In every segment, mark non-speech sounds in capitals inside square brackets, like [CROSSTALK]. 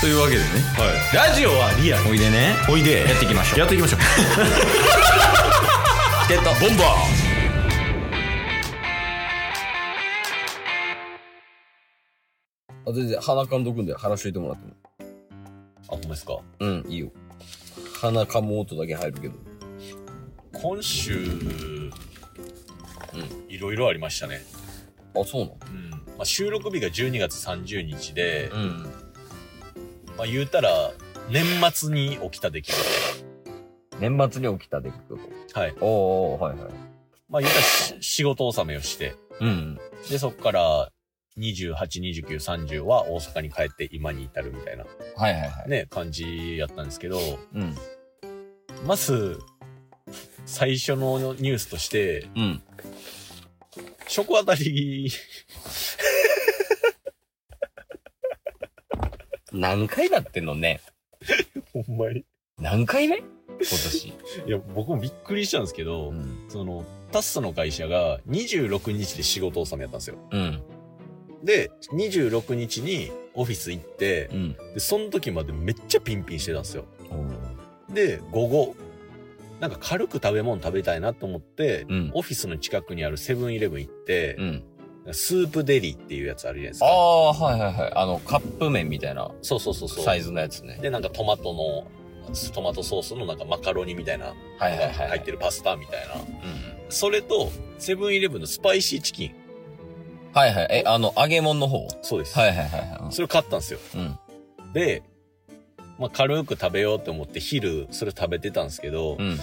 というわけでねラジオはリアルおいでねおいでやっていきましょうやってい [LAUGHS] きましょうチケットボンバーあ全然鼻かんどくんで話しといてもらってもあほんまですかうんいいよ鼻かむ音だけ入るけど今週、いろいろありましたね、あそうなのうんまあ、収録日が12月30日で、うんまあ、言うたら年末に起きた出来年末に起きた出来事事はいおーおーはいはいまあ言うたらし仕事納めをしてうんでそっから282930は大阪に帰って今に至るみたいなはいはいはいね感じやったんですけどうんまず最初のニュースとしてうん食あたり [LAUGHS] 何回だってんのねほんまに何回目今年いや僕もびっくりしたんですけ [LAUGHS] ど、うんそのタッスの会社が26日で仕事納めやったんですようんで26日にオフィス行ってうんでその時までめっちゃピンピンしてたんですよおーで午後なんか軽く食べ物食べたいなと思って、うんオフィスの近くにあるセブンイレブン行ってう、んスープデリっていうやつあるじゃないですあかあはいはいはいあのカップ麺みたいなそうそうそうそうサイズのやつねでなんかトマトのトマトソースのなんかマカロニみたいなのはいはいはがい入ってるパスタみたいな、うんそれとセブンイレブンのスパイシーチキンはいはいえあの揚げ物の方そうです、はいはいはいはそれを買ったんですよいうんで、まあ、軽く食べようと思って昼それ食べてたんですけど、うん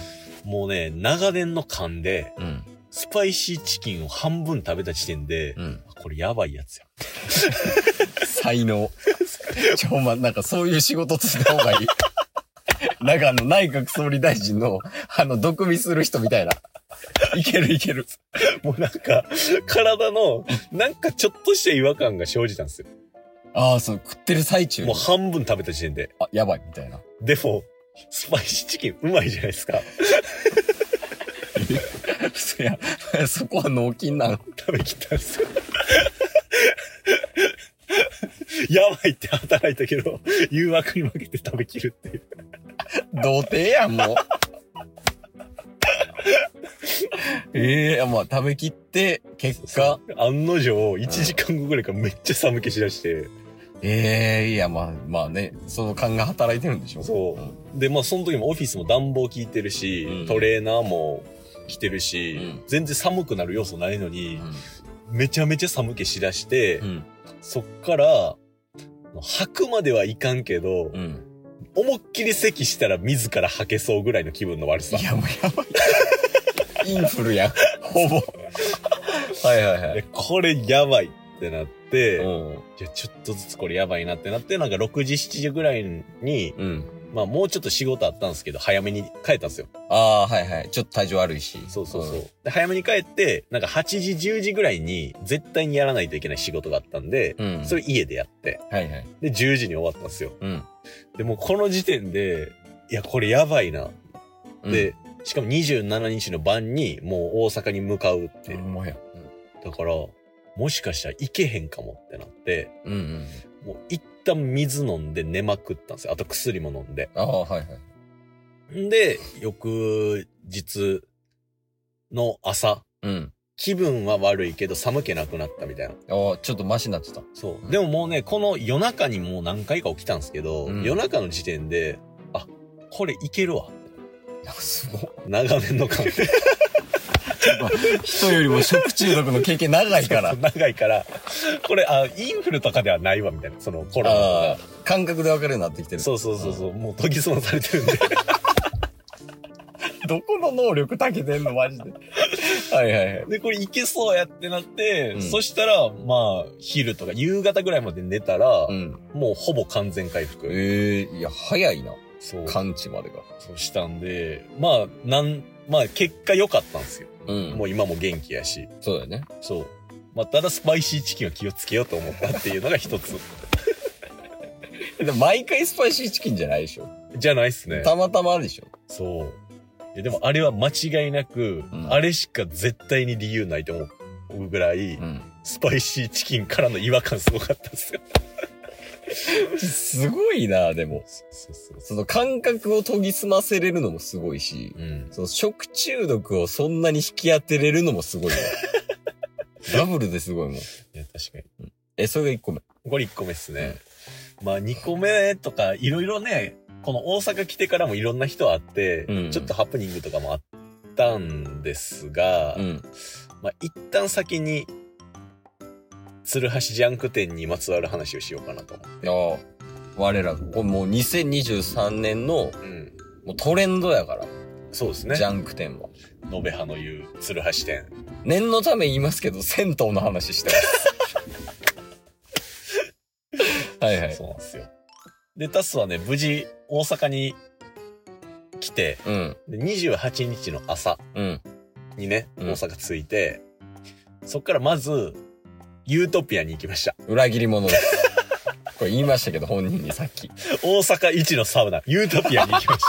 もうね長年の勘でうんスパイシーチキンを半分食べた時点で、うんこれやばいやつや才能 [LAUGHS] ちょほんまなんかそういう仕事ついた方がいい [LAUGHS] なんかあの内閣総理大臣のあの毒味する人みたいないけるいけるもうなん [LAUGHS] か体のなんかちょっとした違和感が生じたんですよああそう食ってる最中にもう半分食べた時点であやばいみたいな [LAUGHS] でもスパイシーチキンうまいじゃないですかそやそこは脳筋なの食べきったんですよ。 [LAUGHS] やばいって働いたけど、誘惑に負けて食べきるっていう。童貞やん、もう。 [LAUGHS] ええまあ食べきって、結果、案の定、1時間後ぐらいからめっちゃ寒気しだして、ええいや、まあ、まあね、その勘が働いてるんでしょそうで、まあその時もオフィスも暖房効いてるし、うんトレーナーも着てるし、うん全然寒くなる要素ないのに、ん。めちゃめちゃ寒気しだして、うん。そっから、吐くまではいかんけど、うん。思いっきり咳したら自ら吐けそうぐらいの気分の悪さい。や、もうやばい。 [LAUGHS] インフルやん。ほぼ。はいはいはいや。これやばいってなって、ういん。やちょっとずつこれやばいなってなって、なんか6時、7時ぐらいに、うん。まあもうちょっと仕事あったんですけど、早めに帰ったんですよ。ああー、はいはい。ちょっと体調悪いし。そうそうそう。ん。で早めに帰って、なんか8時、10時ぐらいに絶対にやらないといけない仕事があったんで、うん。それ家でやって、はいはい。で10時に終わったんですよ。うん。でもうこの時点で、いやこれやばいな。で、しかも27日の晩にもう大阪に向かうっうていん、う。ほんまや。だから、もしかしたら行けへんかもってなって、うんうん。もう一旦水飲んで寝まくったんですよ。あと薬も飲んで。ああ、はいはい。んで、翌日の朝、うん。気分は悪いけど寒気なくなったみたいな。ああ、ちょっとマシになってた。そうう。んでももうね、この夜中にもう何回か起きたんですけど、うん夜中の時点で、あ、これいけるわ。なんかすごい。長年の感覚人よりも食中毒の経験 [LAUGHS] 長いから。長いから、これ、あ、インフルとかではないわ、みたいな。そのコロナとあか。あ、感覚で分かるようになってきてる。そうそうそうそう、もう研ぎ澄まさ [LAUGHS] れてるんで。どこの能力たけてんの、マジで。はいはいはい。で、これいけそうやってなって、うんそしたら、まあ、昼とか夕方ぐらいまで寝たら、うん。もうほぼ完全回復。ええいや、早いな。そう。完治までが。そうしたんで、まあ、なん、まあ、結果良かったんですよ。うん。もう今も元気やし。そうだよね。そう。まあ、ただスパイシーチキンは気をつけようと思ったっていうのが一 [LAUGHS] つ。でも毎回スパイシーチキンじゃないでしょ。じゃないっすね。たまたまでしょ。そう。いやでもあれは間違いなく、うんあれしか絶対に理由ないと思うぐらい、ん。スパイシーチキンからの違和感すごかったっすよ。すごいな、でも。そうそうそその感覚を研ぎ澄ませれるのもすごいし、う。うん。その食中毒をそんなに引き当てれるのもす [LAUGHS] ごいわ。ダブルですごいもん。いや、確かに。え、それが1個目。これ1個目っすね。まあ2個目とか、いろいろね、この大阪来てからもいろんな人あって、うんちょっとハプニングとかもあったんですが、うん。まあ一旦先に、鶴橋ジャンク店にまつわる話をしようかなと思いやー我ら、これもう2023年のう。うん。もうトレンドやから、そうですね。ジャンク店は。延べ派の言う鶴橋店。念のため言いますけど、銭湯の話して [LAUGHS] ます。はいはい。そうなんですよ。で、タスはね、無事、大阪に来て、うん、で28日の朝うん、にね、うん大阪着いて、そっからまず、ユートピアに行きました。裏切り者 [LAUGHS] です。これ言いましたけど、本人にさっき。大阪一のサウナ、ユートピアに行きまし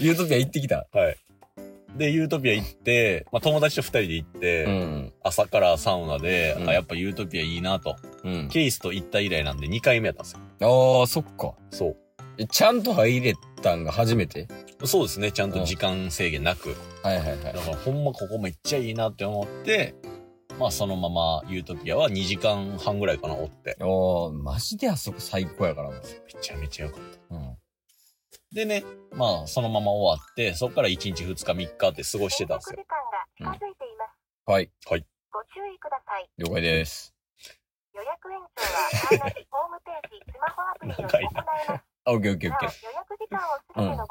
ユートピア行ってきた。 [LAUGHS] た。はい。で、ユートピア行って、まあ、友達と二人で行って、うん、朝からサウナで、うんあ、やっぱユートピアいいなと。うん。ケイスと行った以来なんで2回目やったんですよ。あー、そっか。そえちゃんと入れたんが初めてう。そうですね、ちゃんと時間制限なく。はいはいはだからほんまここめっちゃいいなって思って、まあそのままユートピアは2時間半ぐらいかな、おって。おー、マジであそこ最高やからな。めちゃめちゃ良かった。うん。でね、まあそのまま終わって、そっから1日2日3日って過ごしてたんですよ。時間が近づいています。はい、ご注意ください。了解です。予約延長は、案内ホームページ、スマホアプリより行えます。あ、オッケーオッケーオなッケお、ー。予約時間をすべてのご返却には、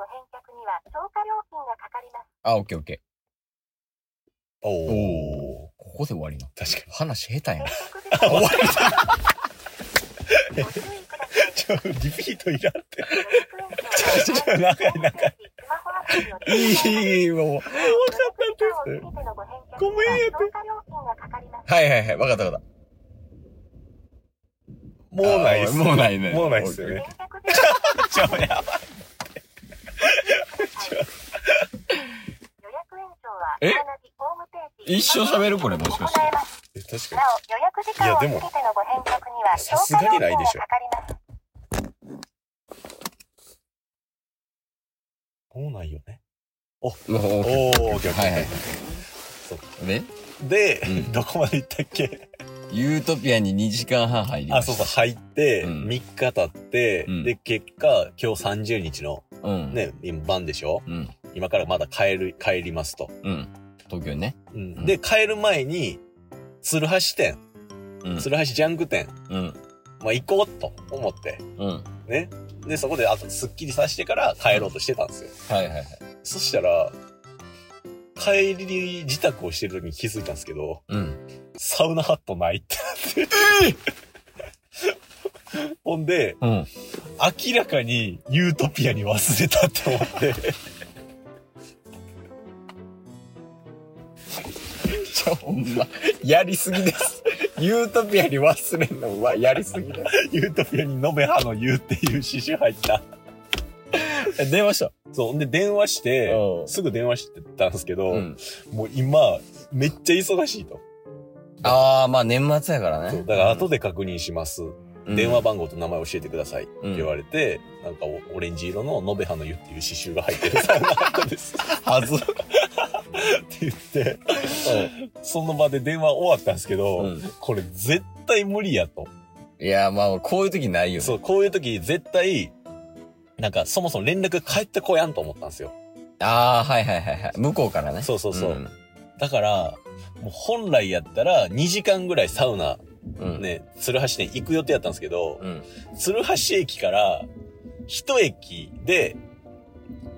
超過料金がかかります。あ、オッケーオッケー。おおここで終わりな。確か話下手やん。返却時 [LAUGHS] 間終わりだご注意ください。に。ちょ、リピートいらんって。予約延 [LAUGHS] 長は、ホームページ、スマホアプリより行えます。いい、もう。予約時間をすべてのご返却には、超過料金がかかります。はいはいはい、わかったわかっもうないっす。あーもうないねもうないっすよね返。却時間をちょ、やばい。予約延長は、 [LAUGHS] え同じホームページ、一生喋るこれもしかして行えます [LAUGHS] え確なかお、予約時間を過ぎてのご返却には、さすがにないでしょ超過料金がかかります。に。もうないよね。た。もう、おー、オッケーオッケー。はいはいそうね、で、うんどこまで行ったっけユートピアに2時間半入りまあ、した。そうそう、入って、うん3日経って、うんで、結果、今日30日のう。うん。。ね、今晩でしょうん。今からまだ帰る、帰りますと。うん。東京ね。んで、帰る前に、鶴橋店、うん。鶴橋ジャンク店、うん。まあ行こうと思って、うん。ね。で、そこで、あと、すっきりさせてから帰ろうとしてたんですよ。はいはいはい。そしたら、帰り自宅をしてる時に気づいたんですけど、うん。サウナハットないってなって。ほんで、うん。明らかにユートピアに忘れたって思って。ちょ、ほんま、やりすぎです。 [LAUGHS] ユートピアに忘れんのはやりすぎです。ユートピアに延べ派のユーっていう刺繍入った。え電話した。そう、ほんで電話してう、んすぐ電話してたんですけど、うん。もう今、めっちゃ忙しいと。あー、まあ年末やからそねう。だから後で確認します。うん電話番号と名前教えてくださいってうん言われて、なんかおオレンジ色の延べ派の湯っていう刺繍が入ってるサウナハットです。はず。って言って、その場で電話終わったんですけど、うんこれ絶対無理やと。いや、まあ、こういう時ないよ。そう、こういう時絶対、なんかそもそも連絡返ってこやんと思ったんですよ。あー、はいはいはいはい。向こうからね。そうそうそう。ん。だから、もう本来やったら2時間ぐらいサウナ、うん。ね、鶴橋店行く予定やったんですけど、うん。鶴橋駅から一駅で、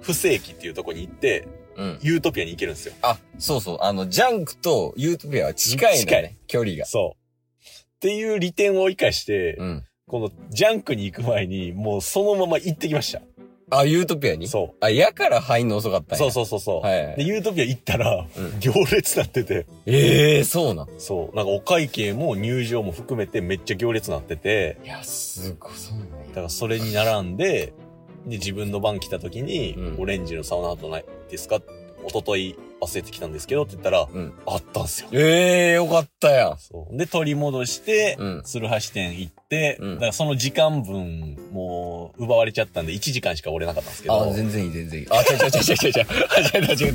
不正駅っていうとこに行って、うん。ユートピアに行けるんですよ。あ、そうそう。あの、ジャンクとユートピアは近いの近ね。距離が。そう。っていう利点を生かして、うん。このジャンクに行く前に、もうそのまま行ってきました。あ、ユートピアにそあ、やから入んの遅かったう。んやそうそうそうそう。はいはいで、ユートピア行ったら、うん行列なってて、ええそうなん。そう。なんかお会計も入場も含めてめっちゃ行列なってて、いや、すごい、そうなんだや。からそれに並んで、で、自分の番来た時に、うんオレンジのサウナハットないですか一昨日忘れてきたんですけどって言ったら、うんあったんすよ。ええよかったやん。そう。で、取り戻して、うん鶴橋店行って、うんだからその時間分、もう、奪われちゃったんで、1時間しか折れなかったんですけど、あ、全然いい、全然いい。あ、違う違う違う違う違う。あ、違う違う違う違う。ジ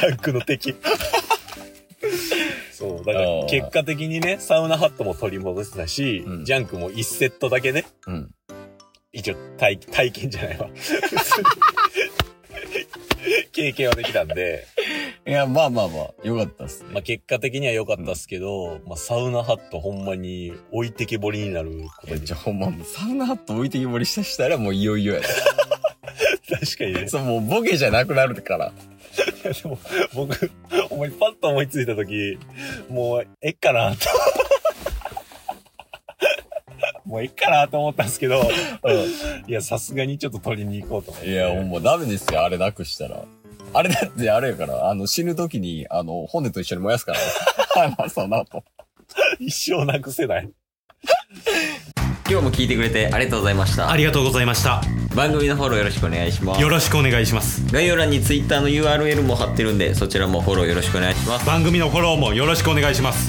ャンクの敵。 [LAUGHS] そう。だかあーら、結果的にね、サウナハットも取り戻せたし、うんジャンクも1セットだけね、うん。一応体、体験じゃないわ。 [LAUGHS] 経験はできたんで、いや、まあまあまあ、よかったっすね。まあ結果的には良かったっすけど、まあサウナハットほんまに置いてけぼりになることえに。じゃあほんま、サウナハット置いてきぼりしたしたらもういよいよやで。確かに [LAUGHS] ね。そう、もうボケじゃなくなるから。でも僕、お前パッと思いついたとき、もう、えっかなと。 [LAUGHS] もうえっかなと思ったんですけど、いや、さすがにちょっと取りに行こうと思って。いや、ほんまダメですよ、あれなくしたら。あれだってあれやから、あの、死ぬ時に、あの、骨と一緒に燃やすから、ね。 [LAUGHS] あの、その後。一生なくせない。今日も聞いてくれてありがとうございましたありがとうございました。番組のフォローよろしくお願いしますよろしくお願いします。概要欄に Twitter の URL も貼ってるんでそちらもフォローよろしくお願いします番組のフォローもよろしくお願いします。